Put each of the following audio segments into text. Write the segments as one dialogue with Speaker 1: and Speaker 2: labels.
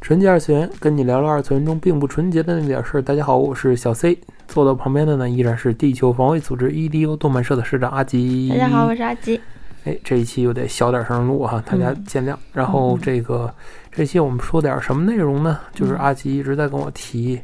Speaker 1: 纯洁二次元，跟你聊聊二次元中并不纯洁的那点事儿。大家好，我是小 C，坐到旁边的呢依然是地球防卫组织 EDO 动漫社的社长阿吉。
Speaker 2: 大家好，我是嗯阿吉。
Speaker 1: 哎，这一期有点小点声录哈、大家见谅。然后这个这期我们说点什么内容呢？就是阿吉一直在跟我提，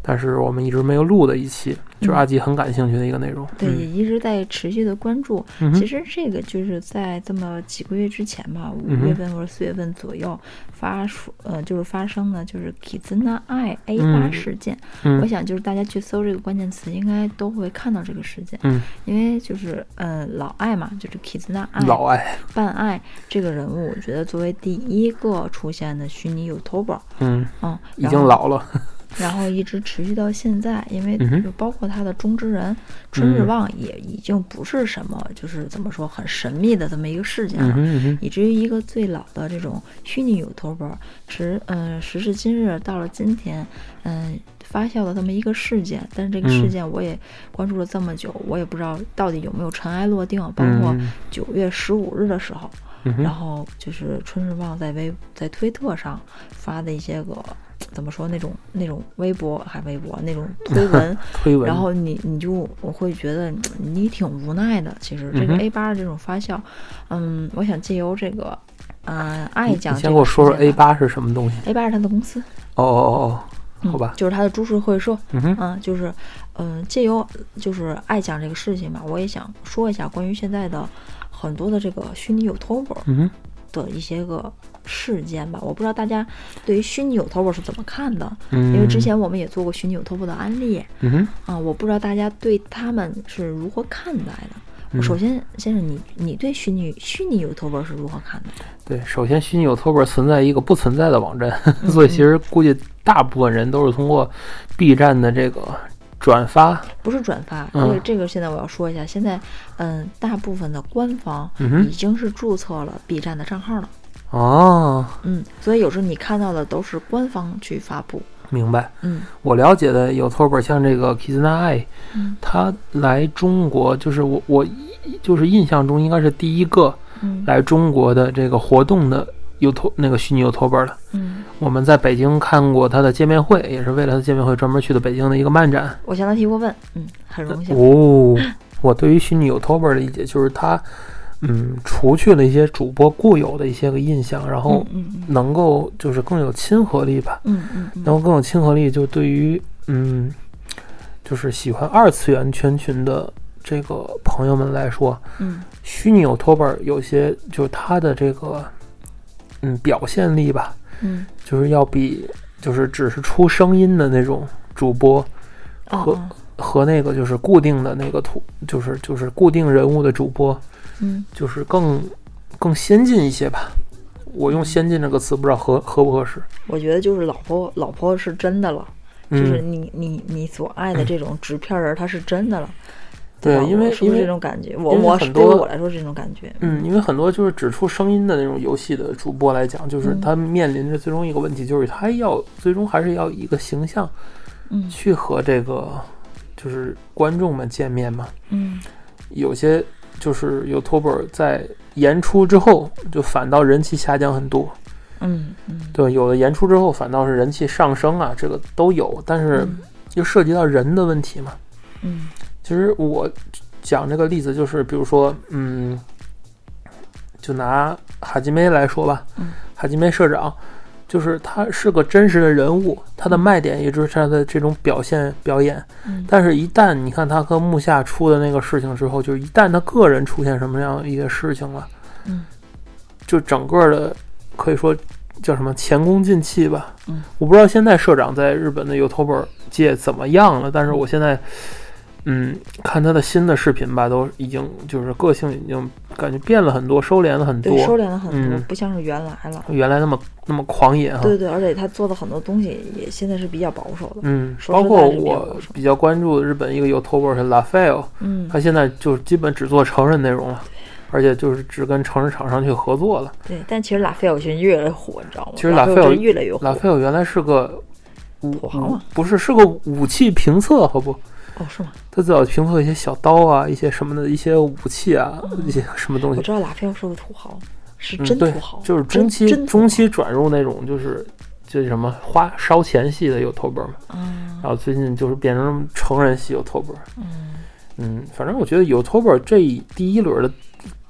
Speaker 1: 但是我们一直没有录的一期，就是阿吉很感兴趣的一个内容。
Speaker 2: 对，也一直在持续的关注。
Speaker 1: 嗯
Speaker 2: 其
Speaker 1: 哼，
Speaker 2: 实这个就是在这么几个月之前吧，五
Speaker 1: 嗯哼
Speaker 2: 月份或者四月份左右发出，呃，就是发生的就是 Kizuna I A 八
Speaker 1: 嗯
Speaker 2: 事件。我
Speaker 1: 嗯
Speaker 2: 想就是大家去搜这个关键词，应该都会看到这个事件，
Speaker 1: 嗯，
Speaker 2: 因为就是呃老爱嘛，就是 Kizuna I
Speaker 1: 老爱，
Speaker 2: 办爱这个人物，我觉得作为第一个出现的虚拟 YouTuber，
Speaker 1: 嗯，
Speaker 2: 嗯，
Speaker 1: 已
Speaker 2: 然
Speaker 1: 经
Speaker 2: 后
Speaker 1: 老了，
Speaker 2: 然后一直持续到现在，因为
Speaker 1: 嗯哼
Speaker 2: 就包括他的中之人、春日
Speaker 1: 嗯
Speaker 2: 望也已经不是什么，就是怎么说很神秘的这么一个事件
Speaker 1: 嗯
Speaker 2: 了。
Speaker 1: 哼嗯哼，
Speaker 2: 以至于一个最老的这种虚拟 YouTuber，时呃时至今日到了今天，嗯、发酵的这么一个事件，但是这个事
Speaker 1: 嗯
Speaker 2: 件我也关注了这么久，我也不知道到底有没有尘埃落定，包括
Speaker 1: 嗯
Speaker 2: 九月十五日的时候，
Speaker 1: 嗯
Speaker 2: 然
Speaker 1: 哼，
Speaker 2: 后就是春日望在微在推特上发的一些个怎么说那种那种微博还微博那种推文，
Speaker 1: 推文，
Speaker 2: 然后你你就我会觉得你挺无奈的。其实这个
Speaker 1: 嗯哼
Speaker 2: A 八这种发酵，嗯，我想借由这个，嗯、爱
Speaker 1: 你
Speaker 2: 讲
Speaker 1: 你先给我说说 A
Speaker 2: 八
Speaker 1: 八是什么东西？
Speaker 2: 啊，A 八是他的公司，
Speaker 1: 哦哦哦，
Speaker 2: 嗯
Speaker 1: 好吧，
Speaker 2: 就是他的株式会社，
Speaker 1: 嗯哼，
Speaker 2: 嗯，就是，嗯，借由就是爱讲这个事情吧，我也想说一下关于现在的很多的这个虚拟 YouTuber，
Speaker 1: 嗯哼。
Speaker 2: 的一些个事件吧。我不知道大家对于虚拟 YouTuber 是怎么看的，
Speaker 1: 嗯，
Speaker 2: 因为之前我们也做过虚拟 YouTuber 的案例
Speaker 1: 嗯哼，
Speaker 2: 啊，我不知道大家对他们是如何看待的。
Speaker 1: 嗯
Speaker 2: 我首先，先生，你你对虚拟虚拟 YouTuber 是如何看的？
Speaker 1: 对，首先虚拟 YouTuber 存在一个不存在的网站， 所以其实估计大部分人都是通过 B 站的这个转发，
Speaker 2: 不是转发，这
Speaker 1: 嗯
Speaker 2: 个这个现在我要说一下，现在嗯，大部分的官方
Speaker 1: 嗯哼
Speaker 2: 已经是注册了 B 站的账号了，
Speaker 1: 哦，
Speaker 2: 嗯，所以有时候你看到的都是官方去发布，
Speaker 1: 明白。
Speaker 2: 嗯
Speaker 1: 我了解的 YouTuber 像这个 Kizuna I，
Speaker 2: 嗯
Speaker 1: 他来中国就是我我就是印象中应该是第一个
Speaker 2: 嗯
Speaker 1: 来中国的这个活动的 YouTube 那个虚拟 YouTuber 了。
Speaker 2: 嗯，
Speaker 1: 我们在北京看过他的见面会，也是为了他的见面会专门去的北京的一个漫展。
Speaker 2: 我向他提过问，嗯，很荣幸，
Speaker 1: 哦，我对于虚拟 YouTuber 的理解就是他，嗯，除去了一些主播固有的一些个印象，然后
Speaker 2: 嗯嗯
Speaker 1: 能够就是更有亲和力吧，
Speaker 2: 嗯嗯嗯
Speaker 1: 能够更有亲和力，就对于嗯，就是喜欢二次元圈群的这个朋友们来说，
Speaker 2: 嗯
Speaker 1: 虚拟 YouTuber 有些就是他的这个嗯表现力吧，
Speaker 2: 嗯，
Speaker 1: 就是要比就是只是出声音的那种主播
Speaker 2: 哦
Speaker 1: 和
Speaker 2: 哦，
Speaker 1: 和那个就是固定的那个图，就是就是固定人物的主播，
Speaker 2: 嗯
Speaker 1: 就是更更先进一些吧。我用“先进”这个词，不知道合合不合适。，
Speaker 2: 我觉得就是老婆，老婆是真的了，就是
Speaker 1: 嗯，
Speaker 2: 你你你所爱的这种纸片人，他是真的了，
Speaker 1: 对
Speaker 2: 吧
Speaker 1: 因为
Speaker 2: 我是不
Speaker 1: 因
Speaker 2: 是
Speaker 1: 为
Speaker 2: 这种感觉？我
Speaker 1: 因为
Speaker 2: 我
Speaker 1: 很
Speaker 2: 是对于
Speaker 1: 多
Speaker 2: 我来说是这种感觉，
Speaker 1: 嗯，因为很多就是只出声音的那种游戏的主播来讲，就是
Speaker 2: 嗯
Speaker 1: 他面临着最终一个问题，就是他要最终还是要以一个形象
Speaker 2: 嗯
Speaker 1: 去和这个就是观众们见面嘛。
Speaker 2: 嗯
Speaker 1: 有些就是 YouTuber 在演出之后，就反倒人气下降很多。
Speaker 2: 嗯嗯，
Speaker 1: 对，有的演出之后反倒是人气上升啊，这个都有，但是
Speaker 2: 嗯
Speaker 1: 又涉及到人的问题嘛。
Speaker 2: 嗯
Speaker 1: 其实我讲这个例子就是，比如说，嗯，就拿哈基梅来说吧，
Speaker 2: 嗯
Speaker 1: 哈基梅社长，就是他是个真实的人物，他的卖点也就是他的这种表现表演，
Speaker 2: 嗯
Speaker 1: 但是，一旦你看他和木下出的那个事情之后，就是一旦他个人出现什么样一些事情了，
Speaker 2: 嗯，
Speaker 1: 就整个的可以说叫什么前功尽弃吧。
Speaker 2: 嗯，
Speaker 1: 我不知道现在社长在日本的 YouTuber 界怎么样了，但是我现在嗯，看他的新的视频吧，都已经就是个性已经感觉变了很多，收敛了很
Speaker 2: 对，收
Speaker 1: 多，
Speaker 2: 敛了很多，
Speaker 1: 嗯啊
Speaker 2: 不像是原来了。
Speaker 1: 原来那么那么狂野哈。
Speaker 2: 对对，而且他做的很多东西也现在是比较保守的。
Speaker 1: 嗯，
Speaker 2: 说
Speaker 1: 包
Speaker 2: 实
Speaker 1: 括
Speaker 2: 在是比较
Speaker 1: 我
Speaker 2: 保守
Speaker 1: 比较关注的日本一个 YouTuber 是 LaFael，
Speaker 2: 嗯，
Speaker 1: 他现在就基本只做成人内容了，而且就是只跟成人厂商去合作了。
Speaker 2: 对。但其实拉斐尔现在越来越火，你知道吗？
Speaker 1: 其实拉
Speaker 2: 拉
Speaker 1: 斐尔
Speaker 2: 真越来越火。
Speaker 1: 拉菲尔原来是个武
Speaker 2: 哦土豪啊
Speaker 1: 不是是个武器评测，好不？
Speaker 2: 哦，是吗？
Speaker 1: 他最早评测一些小刀啊，一些什么的一些武器啊，一些什么东
Speaker 2: 我
Speaker 1: 西。
Speaker 2: 知道拉斐尔是个土豪，是
Speaker 1: 嗯，
Speaker 2: 哦真
Speaker 1: 对
Speaker 2: 土豪，，
Speaker 1: 就是
Speaker 2: 真
Speaker 1: 中期
Speaker 2: 真土
Speaker 1: 中
Speaker 2: 豪
Speaker 1: 期转入那种就是就是什么花烧钱系的 YouTuber 嘛，
Speaker 2: 嗯
Speaker 1: 然后最近就是变成成人系 YouTuber。
Speaker 2: 嗯，
Speaker 1: 嗯，反正我觉得 YouTuber 这一第一轮的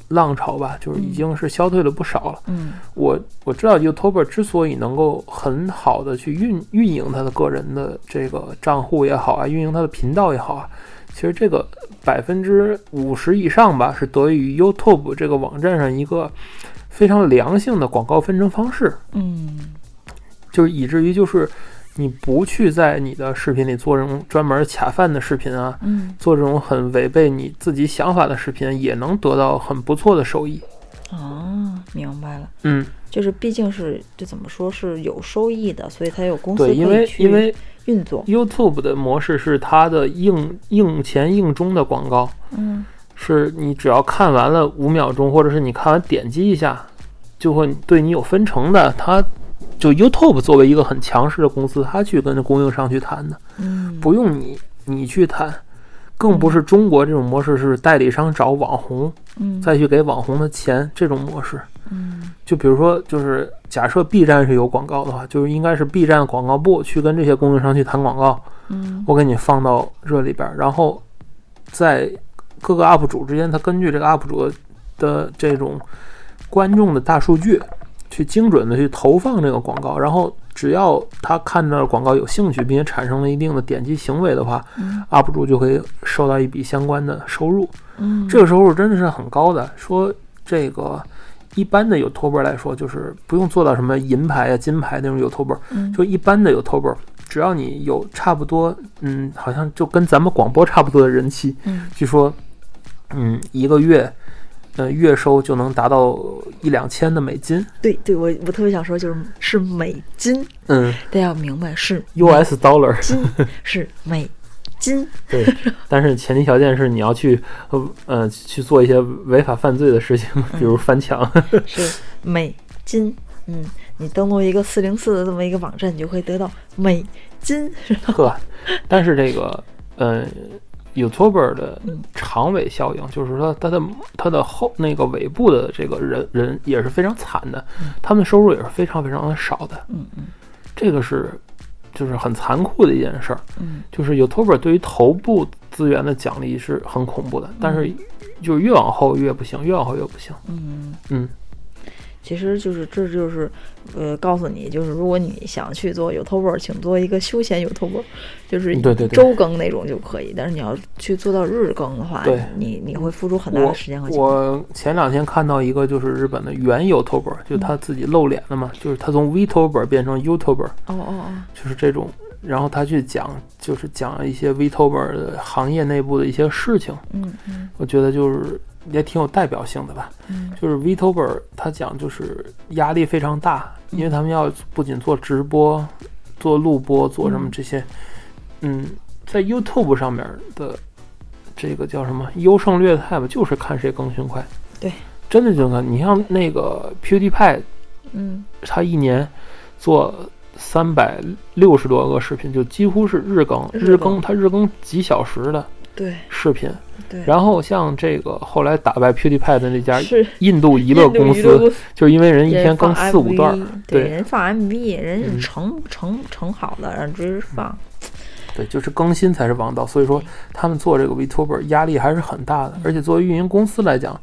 Speaker 1: 浪潮吧，就是已经是消退了不少了。
Speaker 2: 嗯
Speaker 1: 我我知道 YouTuber 之所以能够很好的去运运营他的个人的这个账户也好啊，运营他的频道也好啊，其实这个百分之五十以上吧，是得益于 YouTube 这个网站上一个非常良性的广告分成方式，
Speaker 2: 嗯
Speaker 1: 就是以至于就是你不去在你的视频里做这种专门恰饭的视频啊，
Speaker 2: 嗯
Speaker 1: 做这种很违背你自己想法的视频，也能得到很不错的收益。
Speaker 2: 哦，明白了，
Speaker 1: 嗯，
Speaker 2: 就是毕竟是这怎么说是有收益的，所以他有公司可
Speaker 1: 对，因
Speaker 2: 以
Speaker 1: 为因
Speaker 2: 去
Speaker 1: 为
Speaker 2: 运作。
Speaker 1: YouTube 的模式是它的硬硬前硬中的广告，
Speaker 2: 嗯
Speaker 1: 是你只要看完了五秒钟，或者是你看完点击一下，就会对你有分成的。它就 YouTube 作为一个很强势的公司，它去跟供应商去谈的，
Speaker 2: 嗯，
Speaker 1: 不用你你去谈，更不是中国这种模式是代理商找网红
Speaker 2: 嗯
Speaker 1: 再去给网红的钱这种模式。
Speaker 2: 嗯
Speaker 1: 就比如说，就是假设 B 站是有广告的话，就是应该是 B 站广告部去跟这些供应商去谈广告，
Speaker 2: 嗯
Speaker 1: 我给你放到这里边儿，然后在各个 UP 主之间，他根据这个 UP 主的这种观众的大数据，去精准的去投放这个广告，然后只要他看到广告有兴趣，并且产生了一定的点击行为的话
Speaker 2: 嗯
Speaker 1: ，UP 主就会收到一笔相关的收入。
Speaker 2: 嗯，
Speaker 1: 这个收入真的是很高的。说这个一般的 YouTuber 来说，就是不用做到什么银牌啊、金牌那种 YouTuber，
Speaker 2: 嗯
Speaker 1: 就一般的 YouTuber，只要你有差不多，嗯，好像就跟咱们广播差不多的人气，
Speaker 2: 嗯
Speaker 1: 据说，嗯，一个月。呃，月收就能达到一两千的美金，
Speaker 2: 对对，我我特别想说就是是美金，
Speaker 1: 嗯
Speaker 2: 大家要明白是
Speaker 1: ，US dollar，
Speaker 2: 金是美金，
Speaker 1: 对， 但是前提条件是你要去，呃呃，去做一些违法犯罪的事情，
Speaker 2: 嗯
Speaker 1: 比如翻墙，
Speaker 2: 是美金。嗯，你登录一个四零四的这么一个网站，你就会得到美金。
Speaker 1: 呵，但是这个，呃，YouTuber 的
Speaker 2: 嗯
Speaker 1: 长尾效应，就是说它的它的后那个尾部的这个人人也是非常惨的，他们的收入也是非常非常的少的，
Speaker 2: 嗯嗯
Speaker 1: 这个是就是很残酷的一件事儿。
Speaker 2: 嗯
Speaker 1: 就是 YouTuber 对于头部资源的奖励是很恐怖的，但是就是越往后越不行，越往后越不行。
Speaker 2: 嗯，
Speaker 1: 嗯，
Speaker 2: 其实就是这就是，呃，告诉你，就是如果你想去做 YouTuber，请做一个休闲 YouTuber，就是
Speaker 1: 对对对
Speaker 2: 周更那种就可以。但是你要去做到日更的话
Speaker 1: 对，
Speaker 2: 你你会付出很大
Speaker 1: 我
Speaker 2: 的时间和精力。
Speaker 1: 我前两天看到一个就是日本的原 YouTuber，就他
Speaker 2: 嗯
Speaker 1: 自己露脸了嘛，就是他从 Vtuber 变成 YouTuber。
Speaker 2: 哦哦
Speaker 1: 就是这种，然后他去讲，就是讲一些 Vtuber 的行业内部的一些事情，
Speaker 2: 哦，嗯嗯
Speaker 1: 我觉得就是也挺有代表性的吧。
Speaker 2: 嗯
Speaker 1: 就是 Vtuber 他讲就是压力非常大，
Speaker 2: 嗯
Speaker 1: 因为他们要不仅做直播、做录播、做什么
Speaker 2: 嗯
Speaker 1: 这些，嗯，在 YouTube 上面的这个叫什么优胜劣汰吧，就是看谁更新快。
Speaker 2: 对，
Speaker 1: 真的就看你像那个 PewDiePie
Speaker 2: 嗯
Speaker 1: 他一年做三百六十多个视频，就几乎是日更，日
Speaker 2: 日更
Speaker 1: 更他日更几小时的
Speaker 2: 对
Speaker 1: 视频。
Speaker 2: 对，
Speaker 1: 然后像这个后来打败 PewDiePie 的那家
Speaker 2: 是
Speaker 1: 印度娱
Speaker 2: 娱
Speaker 1: 乐公
Speaker 2: 娱乐
Speaker 1: 司，就是因为人一天更
Speaker 2: 人放
Speaker 1: 四五段儿，
Speaker 2: MV，
Speaker 1: 对
Speaker 2: 对，人放 MV，人
Speaker 1: 嗯
Speaker 2: 是成成成好的，然后直接放。
Speaker 1: 对，就是更新才是王道。所以说他们做这个 Vtuber 压力还是很大的，而且作为运营公司来讲。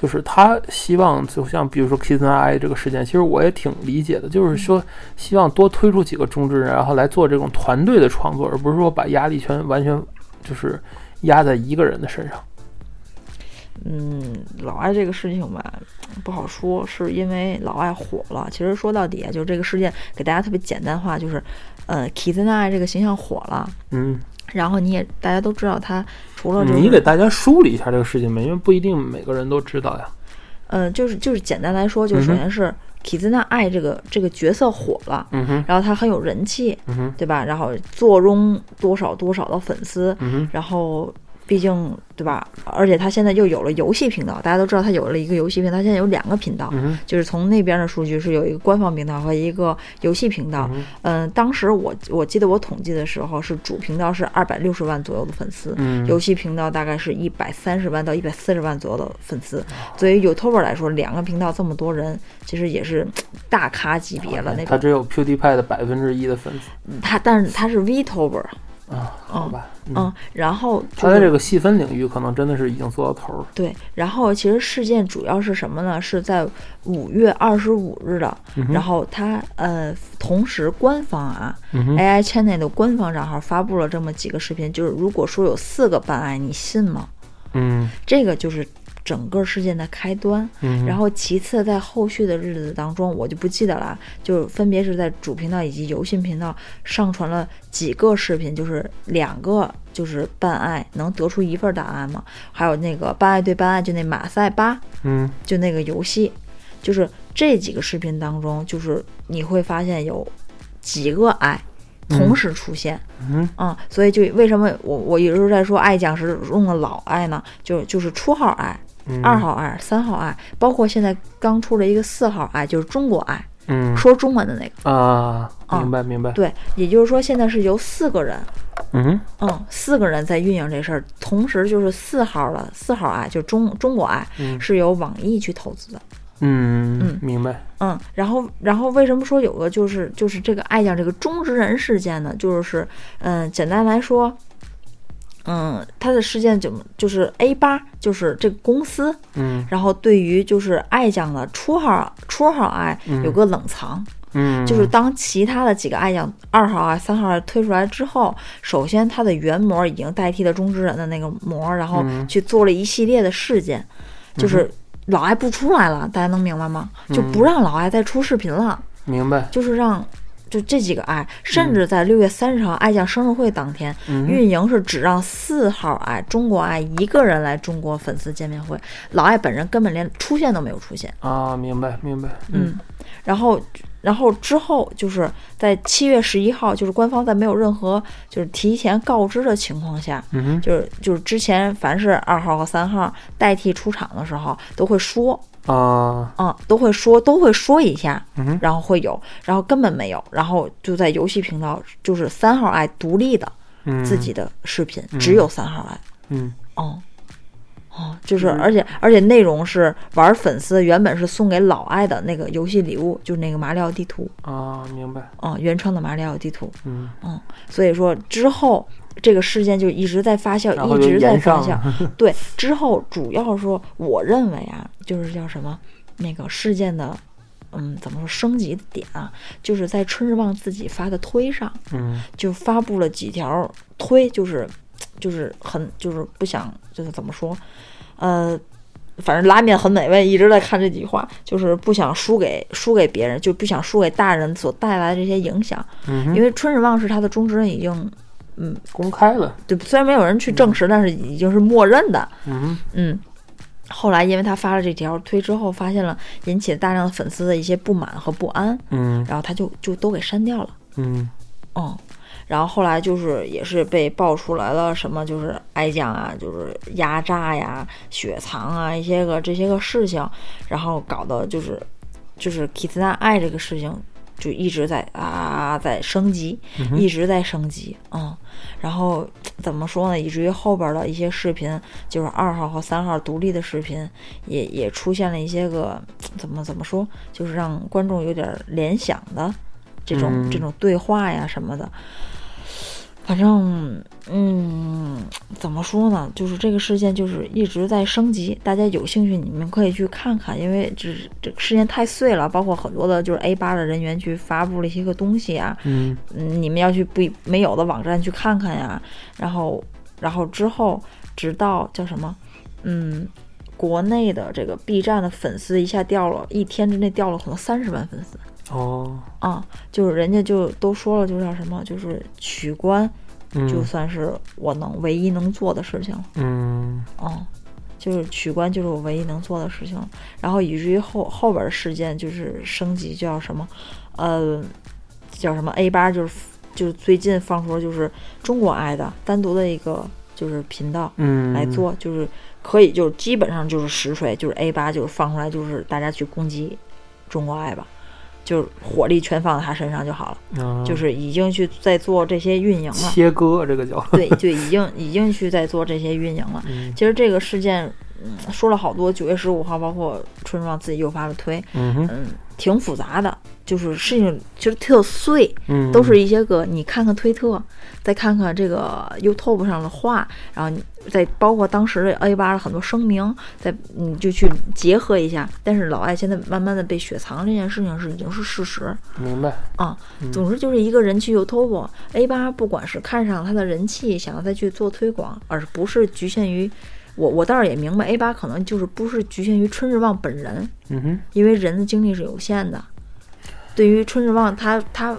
Speaker 1: 就是他希望，就像比如说 Kiss and I 这个事件，其实我也挺理解的。就是说，希望多推出几个中之人，然后来做这种团队的创作，而不是说把压力全完全就是压在一个人的身上。
Speaker 2: 嗯，老艾这个事情吧，不好说，是因为老艾火了。其实说到底，啊就这个事件给大家特别简单化，就是，呃，痞子奈这个形象火了，
Speaker 1: 嗯，
Speaker 2: 然后你也大家都知道他除了这
Speaker 1: 你
Speaker 2: 个
Speaker 1: 给大家梳理一下这个事情呗，因为不一定每个人都知道呀。
Speaker 2: 呃，就是就是简单来说，就是首
Speaker 1: 嗯哼
Speaker 2: 先是痞子娜爱这个这个角色火了，
Speaker 1: 嗯哼，
Speaker 2: 然后他很有人气，
Speaker 1: 嗯哼，
Speaker 2: 对吧？然后坐拥多少多少的粉丝，
Speaker 1: 嗯哼，
Speaker 2: 然后毕竟对吧？而且他现在又有了游戏频道，大家都知道他有了一个游戏频道，他现在有两个频道，
Speaker 1: 嗯哼，
Speaker 2: 就是从那边的数据是有一个官方频道和一个游戏频道。
Speaker 1: 嗯
Speaker 2: 嗯、当时我我记得我统计的时候是主频道是二百六十万左右的粉丝，
Speaker 1: 嗯，
Speaker 2: 游戏频道大概是一百三十万到一百四十万左右的粉
Speaker 1: 哦
Speaker 2: 丝，对于 YouTuber 来说，两个频道这么多人，其实也是大咖级别了那
Speaker 1: 哦他
Speaker 2: 种。
Speaker 1: 只有 PewDiePie 的百分之一的粉丝
Speaker 2: 他但是他是 Vtuber，
Speaker 1: 啊，好吧，
Speaker 2: 嗯，然后就
Speaker 1: 他在
Speaker 2: 是
Speaker 1: 这个细分领域可能真的是已经做到头儿了。
Speaker 2: 对，然后其实事件主要是什么呢？是在五月二十五日的，然后他呃，同时官方啊、
Speaker 1: 嗯哼
Speaker 2: a i Channel 的官方账号发布了这么几个视频，就是如果说有四个办案，你信吗？
Speaker 1: 嗯
Speaker 2: 这个就是整个事件的开端。
Speaker 1: 嗯，
Speaker 2: 然后其次，在后续的日子当中，我就不记得了，啊就分别是在主频道以及游戏频道上传了几个视频，就是两个就是办案能得出一份答案吗？还有那个办案对办案，就那马赛巴，
Speaker 1: 嗯
Speaker 2: 就那个游戏，就是这几个视频当中，就是你会发现有几个爱同时出现。
Speaker 1: 嗯
Speaker 2: 啊，所以就为什么我我一直在说爱讲是用的老爱呢？就就是初号爱、
Speaker 1: 嗯
Speaker 2: 二号爱、三号爱，包括现在刚出了一个四号爱，就是中国爱，
Speaker 1: 嗯
Speaker 2: 说中文的那个。
Speaker 1: 啊，
Speaker 2: 啊
Speaker 1: 明白明白，
Speaker 2: 对，也就是说现在是由四个人，
Speaker 1: 嗯哼
Speaker 2: 嗯，四个人在运营这事儿，同时就是四号了，四号爱就中中国爱、
Speaker 1: 嗯
Speaker 2: 是由网易去投资的。
Speaker 1: 嗯
Speaker 2: 嗯
Speaker 1: 明白，
Speaker 2: 嗯，然后，然后为什么说有个就是就是这个爱将这个中之人事件呢？就是，嗯，简单来说，嗯，他的事件就就是 A 八，就是这个公司，
Speaker 1: 嗯
Speaker 2: 然后对于就是爱将的初号初号爱有个冷藏，
Speaker 1: 嗯，
Speaker 2: 就是当其他的几个爱将二号啊、三号啊推出来之后，首先它的原模已经代替了中之人的那个模，然后
Speaker 1: 嗯
Speaker 2: 去做了一系列的事件，就是老爱不出来了，大家能明白吗？
Speaker 1: 嗯
Speaker 2: 就不让老爱再出视频了，
Speaker 1: 明白，
Speaker 2: 就是让。就这几个爱，甚至在六月三十号爱将生日会当天，
Speaker 1: 嗯哼
Speaker 2: 运营是只让四号爱中国爱一个人来中国粉丝见面会，老爱本人根本连出现都没有出现。
Speaker 1: 啊，明白明白，
Speaker 2: 嗯，然后然后之后就是在七月十一号，就是官方在没有任何就是提前告知的情况下，
Speaker 1: 嗯哼
Speaker 2: 就是就是之前凡是二号和三号代替出场的时候，都会说，
Speaker 1: 啊，
Speaker 2: 嗯，都会说都会说一下
Speaker 1: 嗯哼，
Speaker 2: 然后会有，然后根本没有，然后就在游戏频道，就是三号爱独立的
Speaker 1: 嗯
Speaker 2: 自己的视频，只有三号爱，
Speaker 1: 嗯
Speaker 2: 哦，哦，就是，而且而且内容是玩粉丝原本是送给老爱的那个游戏礼物，就是那个马里奥地图，
Speaker 1: 啊，明白，
Speaker 2: 啊、原创的马里奥地图，
Speaker 1: 嗯。
Speaker 2: 所以说之后这个事件就一直在发酵
Speaker 1: 然后，
Speaker 2: 一
Speaker 1: 就
Speaker 2: 直在
Speaker 1: 延
Speaker 2: 发
Speaker 1: 上
Speaker 2: 酵。 对，之后主要说，我认为啊，就是叫什么那个事件的。嗯，怎么说升级的点啊？就是在春日望自己发的推上，
Speaker 1: 嗯
Speaker 2: 就发布了几条推，就是就是很就是不想就是怎么说，呃，反正拉面很美味，一直在看这句话，就是不想输给输给别人，就不想输给大人所带来的这些影响，
Speaker 1: 嗯哼，
Speaker 2: 因为春日望是他的忠实人已经。
Speaker 1: 公开了，
Speaker 2: 对，虽然没有人去证实，但是已经是默认的。
Speaker 1: 嗯
Speaker 2: 嗯，后来因为他发了这条推之后，发现了引起了大量粉丝的一些不满和不安，
Speaker 1: 嗯
Speaker 2: 然后他就就都给删掉了。
Speaker 1: 嗯
Speaker 2: 嗯，然后后来就是也是被爆出来了什么，就是挨将啊，就是压榨呀、雪藏啊一些个这些个事情，然后搞得就是就是基斯纳爱这个事情就一直在啊啊啊在升级，一直在升级，嗯，然后怎么说呢？以至于后边的一些视频，就是二号和三号独立的视频，也也出现了一些个怎么怎么说，就是让观众有点儿联想的这种、
Speaker 1: 嗯
Speaker 2: 这种对话呀什么的。反正，嗯，怎么说呢？就是这个事件就是一直在升级，大家有兴趣你们可以去看看，因为这是这个事件太碎了，包括很多的就是 A 八的人员去发布了一些个东西啊，
Speaker 1: 嗯
Speaker 2: 嗯，你们要去不没有的网站去看看呀。然后，然后之后，直到叫什么，嗯，国内的这个 B 站的粉丝一下掉了，一天之内掉了可能三十万粉丝
Speaker 1: 哦，
Speaker 2: 啊，就是人家就都说了，就叫什么，就是取关就
Speaker 1: 嗯
Speaker 2: 算是我能唯一能做的事情了。
Speaker 1: 嗯
Speaker 2: 嗯，就是取关就是我唯一能做的事情了。然后以至于后后边儿事件就是升级叫什么，呃，叫什么 A 八，就是就是最近放出了就是中国爱的单独的一个就是频道
Speaker 1: 嗯
Speaker 2: 来做，就是可以就是基本上就是实锤，就是 A 八就是放出来就是大家去攻击中国爱吧。就是火力全放在他身上就好了，
Speaker 1: 啊
Speaker 2: 就是已经去在做这些运营了，
Speaker 1: 切割这个叫
Speaker 2: 对对，已经已经去在做这些运营了。
Speaker 1: 嗯
Speaker 2: 其实这个事件，嗯，说了好多，九月十五号，包括春壮自己又发了推，
Speaker 1: 嗯哼
Speaker 2: 嗯，挺复杂的，就是事情其实特碎，
Speaker 1: 嗯
Speaker 2: 都是一些个你看看推特，再看看这个 YouTube 上的话，然后你再包括当时的 A 八的很多声明，再你就去结合一下。但是老艾现在慢慢的被雪藏这件事情是已经是事实，
Speaker 1: 明白
Speaker 2: 啊，
Speaker 1: 嗯
Speaker 2: 总之就是一个人气 YouTube A 八，不管是看上它的人气，想要再去做推广，而不是局限于我，我倒是也明白 A 八可能就是不是局限于春日旺本人，
Speaker 1: 嗯哼
Speaker 2: 因为人的精力是有限的。对于春日旺，他他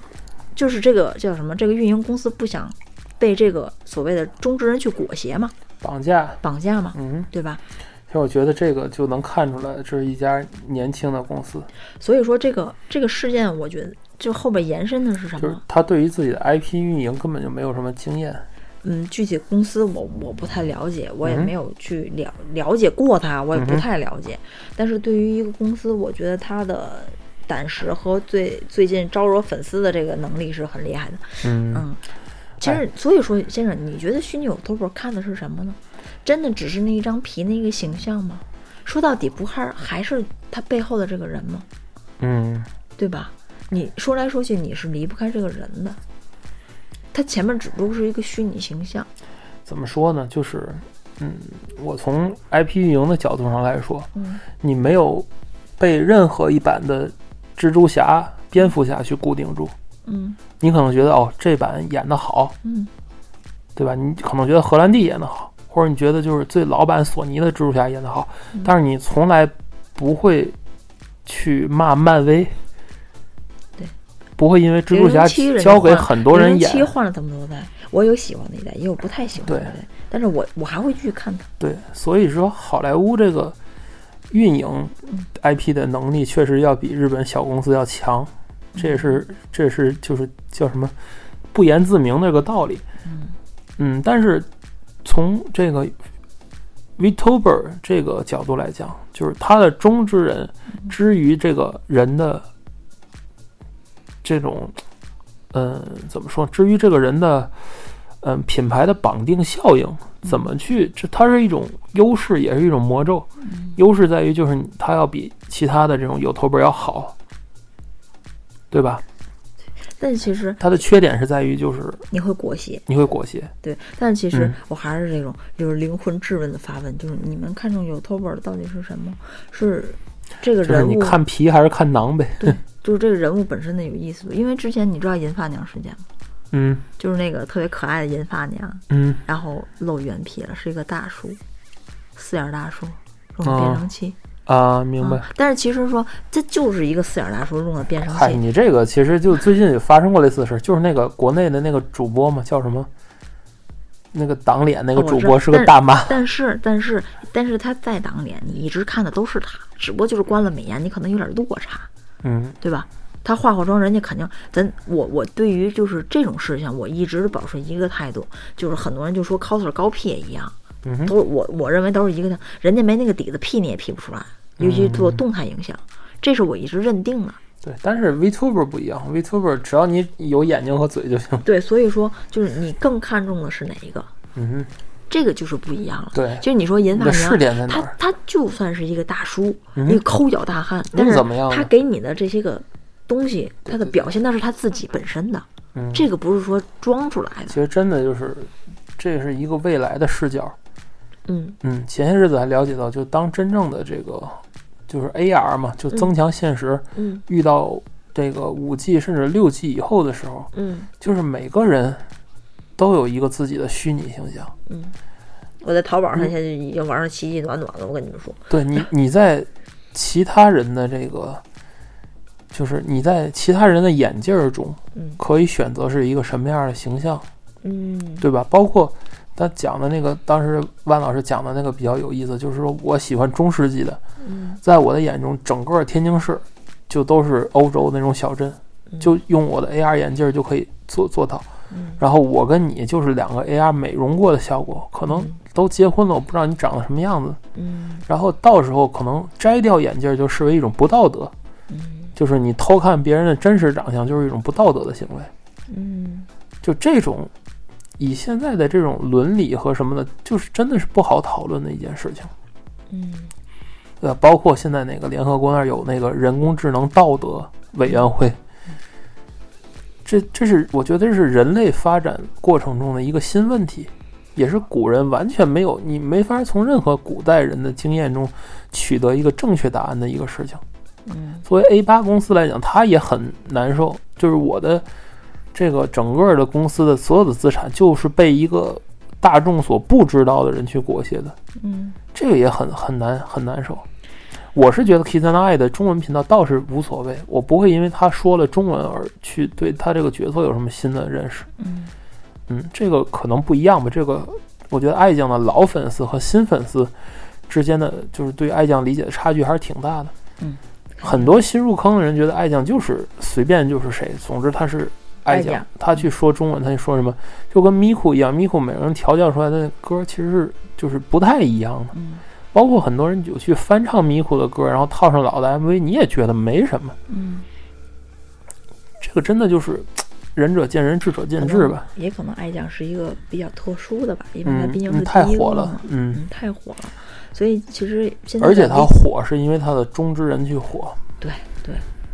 Speaker 2: 就是这个叫什么？这个运营公司不想被这个所谓的中之人去裹挟嘛，
Speaker 1: 绑架
Speaker 2: 绑架嘛，
Speaker 1: 嗯
Speaker 2: 对吧？
Speaker 1: 其实我觉得这个就能看出来，这是一家年轻的公司，
Speaker 2: 所以说这个这个事件，我觉得就后边延伸的是什
Speaker 1: 就是
Speaker 2: 么？
Speaker 1: 他对于自己的 IP 运营根本就没有什么经验。
Speaker 2: 嗯，具体公司我我不太了解，我也
Speaker 1: 嗯
Speaker 2: 没有去了了解过它，我也
Speaker 1: 嗯
Speaker 2: 不
Speaker 1: 哼
Speaker 2: 太了解。但是对于一个公司，我觉得它的胆识和最最近招惹粉丝的这个能力是很厉害的。
Speaker 1: 嗯
Speaker 2: 嗯，先
Speaker 1: 哎
Speaker 2: 生，所以说先生，你觉得虚拟有头头看的是什么呢？真的只是那一张皮那一个形象吗？说到底，不还还是他背后的这个人吗？
Speaker 1: 嗯
Speaker 2: 对吧？你说来说去，你是离不开这个人的。他前面只不过是一个虚拟形象。
Speaker 1: 怎么说呢？就是嗯，我从 IP 运营的角度上来说，
Speaker 2: 嗯
Speaker 1: 你没有被任何一版的蜘蛛侠、蝙蝠侠去固定住。
Speaker 2: 嗯
Speaker 1: 你可能觉得哦，这版演得好，
Speaker 2: 嗯。
Speaker 1: 对吧？你可能觉得荷兰弟演得好，或者你觉得就是最老版索尼的蜘蛛侠演得好，
Speaker 2: 嗯
Speaker 1: 但是你从来不会去骂漫威，
Speaker 2: 对，
Speaker 1: 不会因为蜘蛛侠
Speaker 2: 007人家
Speaker 1: 交给
Speaker 2: 换
Speaker 1: 很多人
Speaker 2: 七
Speaker 1: 演，
Speaker 2: 换了这么多代，我有喜欢的一代，也有不太喜欢的一代，但是我我还会继续看它。
Speaker 1: 对，所以说好莱坞这个运营 IP 的能力确实要比日本小公司要强，这也是这也是就是叫什么不言自明的这个道理。
Speaker 2: 嗯
Speaker 1: 嗯，但是从这个 Vtuber 这个角度来讲，就是他的中之人之于这个人的这种，嗯，怎么说？至于这个人的，嗯，品牌的绑定效应，怎
Speaker 2: 嗯
Speaker 1: 么去？这它是一种优势，也是一种魔咒。
Speaker 2: 嗯
Speaker 1: 优势在于就是你它要比其他的这种有头本要好，对吧？
Speaker 2: 但其实
Speaker 1: 它的缺点是在于就是
Speaker 2: 你会裹挟，
Speaker 1: 你会裹挟。
Speaker 2: 对，但其实
Speaker 1: 嗯
Speaker 2: 我还是这种就是灵魂质问的发问，就是你们看中 YouTuber 到底是什么？是这个
Speaker 1: 就是
Speaker 2: 人
Speaker 1: 你
Speaker 2: 物，
Speaker 1: 看皮还是看囊呗？
Speaker 2: 就是这个人物本身的有意思。因为之前你知道银发娘事件吗？
Speaker 1: 嗯
Speaker 2: 就是那个特别可爱的银发娘，
Speaker 1: 嗯
Speaker 2: 然后露原皮了，是一个大叔，四眼大叔，用的变
Speaker 1: 哦
Speaker 2: 声器。
Speaker 1: 啊，明白
Speaker 2: 嗯。但是其实说，这就是一个四眼大叔用的变声
Speaker 1: 嗨，
Speaker 2: 器，
Speaker 1: 你这个其实就最近也发生过类似的事儿，就是那个国内的那个主播嘛，叫什么？那个挡脸那个
Speaker 2: 哦我
Speaker 1: 主
Speaker 2: 知
Speaker 1: 播
Speaker 2: 道
Speaker 1: 是个
Speaker 2: 但
Speaker 1: 大妈，
Speaker 2: 但是但是但是他再挡脸，你一直看的都是他，只不过就是关了美颜，你可能有点落差，
Speaker 1: 嗯
Speaker 2: 对吧？他化化妆，人家肯定咱我我对于就是这种事情，我一直保持一个态度，就是很多人就说 coser 高 P 也一样，
Speaker 1: 嗯哼
Speaker 2: 都我我认为都是一个态，人家没那个底子 P 你也 P 不出来，尤其
Speaker 1: 嗯
Speaker 2: 做动态影响，这是我一直认定的。
Speaker 1: 对。但是 Vtuber 不一样，Vtuber 只要你有眼睛和嘴就行。
Speaker 2: 对，所以说就是你更看重的是哪一个，
Speaker 1: 嗯
Speaker 2: 这个就是不一样了
Speaker 1: 哼，。对。
Speaker 2: 就是你说银
Speaker 1: 你
Speaker 2: 发
Speaker 1: 的
Speaker 2: 娘，
Speaker 1: 试点在哪
Speaker 2: 他
Speaker 1: 儿？
Speaker 2: 他就算是一个大叔，
Speaker 1: 嗯
Speaker 2: 一个抠脚大汉，但是
Speaker 1: 怎么样呢
Speaker 2: 他给你的这些个东西，他的表现那是他自己本身的，
Speaker 1: 嗯，
Speaker 2: 这个不是说装出来的
Speaker 1: 其。实真的就是，这是一个未来的视角。
Speaker 2: 嗯
Speaker 1: 嗯，前些日子还了解到，就当真正的这个就是 AR 嘛，就增强现实，
Speaker 2: 嗯
Speaker 1: 遇到这个五 G 甚至六 G 以后的时候，
Speaker 2: 嗯
Speaker 1: 就是每个人都有一个自己的虚拟形象。
Speaker 2: 嗯，我在淘宝上现在已经玩上奇迹暖暖了，我跟你们说，
Speaker 1: 对你，你在其他人的这个，就是你在其他人的眼镜儿中
Speaker 2: 嗯，
Speaker 1: 可以选择是一个什么样的形象。
Speaker 2: 嗯，
Speaker 1: 对吧？包括他讲的那个，当时万老师讲的那个比较有意思，就是说我喜欢中世纪的，
Speaker 2: 嗯
Speaker 1: 在我的眼中，整个天津市就都是欧洲那种小镇，
Speaker 2: 嗯
Speaker 1: 就用我的 AR 眼镜儿就可以做做到。
Speaker 2: 嗯
Speaker 1: 然后我跟你就是两个 AR 美容过的效果，可能
Speaker 2: 嗯
Speaker 1: 都结婚了，我不知道你长得什么样子。
Speaker 2: 嗯
Speaker 1: 然后到时候可能摘掉眼镜儿就视为一种不道德，
Speaker 2: 嗯
Speaker 1: 就是你偷看别人的真实长相就是一种不道德的行为。
Speaker 2: 嗯
Speaker 1: 就这种，以现在的这种伦理和什么的，就是真的是不好讨论的一件事情。
Speaker 2: 嗯
Speaker 1: 呃，包括现在那个联合国那儿有那个人工智能道德委员会，这这是我觉得这是人类发展过程中的一个新问题，也是古人完全没有，你没法从任何古代人的经验中取得一个正确答案的一个事情。
Speaker 2: 嗯
Speaker 1: 作为 A 八公司来讲，它也很难受，就是我的这个整个的公司的所有的资产，就是被一个大众所不知道的人去裹挟的。
Speaker 2: 嗯
Speaker 1: 这个也很很难很难受。我是觉得 Kiss and I 的中文频道倒是无所谓，我不会因为他说了中文而去对他这个角色有什么新的认识。
Speaker 2: 嗯
Speaker 1: 嗯，这个可能不一样吧。这个我觉得爱酱的老粉丝和新粉丝之间的，就是对爱酱理解的差距还是挺大的。
Speaker 2: 嗯，
Speaker 1: 很多新入坑的人觉得爱酱就是随便就是谁，总之他是爱
Speaker 2: 爱
Speaker 1: 酱
Speaker 2: 酱，
Speaker 1: 他去说中文，他就说什么，就跟 Miku 一样，Miku 每个人调教出来的歌其实是就是不太一样的。
Speaker 2: 嗯
Speaker 1: 包括很多人有去翻唱迷糊的歌，然后套上老的 MV，你也觉得没什么。
Speaker 2: 嗯，
Speaker 1: 这个真的就是仁者见仁，智者见智吧。
Speaker 2: 也可能爱酱是一个比较特殊的吧，因为它
Speaker 1: 嗯
Speaker 2: 毕竟
Speaker 1: 嗯
Speaker 2: 是
Speaker 1: 太
Speaker 2: 第一个
Speaker 1: 火了
Speaker 2: 嘛，
Speaker 1: 嗯。
Speaker 2: 嗯，太火了，所以其实现在
Speaker 1: 而且
Speaker 2: 的
Speaker 1: 他火是因为他的中之人去火，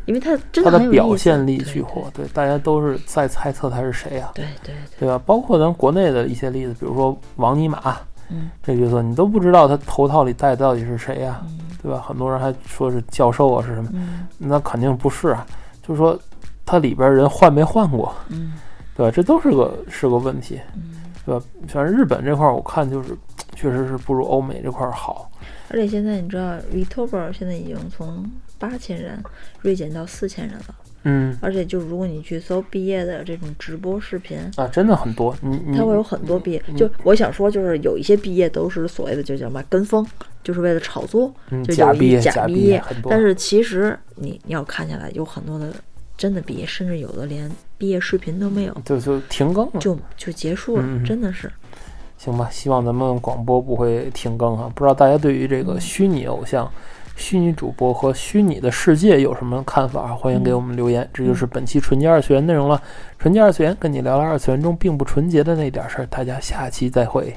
Speaker 2: 因为他真
Speaker 1: 他
Speaker 2: 的嗯很
Speaker 1: 的
Speaker 2: 有
Speaker 1: 表
Speaker 2: 意思
Speaker 1: 现力
Speaker 2: 对
Speaker 1: 去火，对大家都是在猜测他是谁啊，
Speaker 2: 对对对，
Speaker 1: 对吧？包括咱国内的一些例子，比如说王尼玛
Speaker 2: 嗯
Speaker 1: 这角色，你都不知道他头套里戴的到底是谁啊，
Speaker 2: 嗯
Speaker 1: 对吧？很多人还说是教授啊，是什么？
Speaker 2: 嗯
Speaker 1: 那肯定不是啊，就是说他里边人换没换过，
Speaker 2: 嗯
Speaker 1: 对吧？这都是个是个问题。
Speaker 2: 嗯，
Speaker 1: 对吧？反正日本这块儿，我看就是确实是不如欧美这块儿好。
Speaker 2: 而且现在你知道，Vtuber 现在已经从八千人锐减到四千人了。
Speaker 1: 嗯，
Speaker 2: 而且就是如果你去搜毕业的这种直播视频，
Speaker 1: 啊，真的很多。你你
Speaker 2: 它会有很多毕业。
Speaker 1: 嗯
Speaker 2: 就我想说，就是有一些毕业都是所谓的就叫什么跟风，就是为了炒作，
Speaker 1: 嗯
Speaker 2: 就
Speaker 1: 假
Speaker 2: 有
Speaker 1: 毕
Speaker 2: 一
Speaker 1: 业
Speaker 2: 假
Speaker 1: 假毕业
Speaker 2: 业
Speaker 1: 很。多
Speaker 2: 但是其实你你要看下来，有很多的真的毕业，甚至有的连毕业视频都没有，
Speaker 1: 就就停更了，
Speaker 2: 就就结束了，
Speaker 1: 嗯嗯
Speaker 2: 真的是。
Speaker 1: 行吧？希望咱们广播不会停更啊！不知道大家对于这个虚拟偶像、虚拟主播和虚拟的世界有什么看法？啊欢迎给我们留言。这就是本期纯洁二次元内容了。纯洁二次元跟你聊聊二次元中并不纯洁的那点儿事儿。大家下期再会。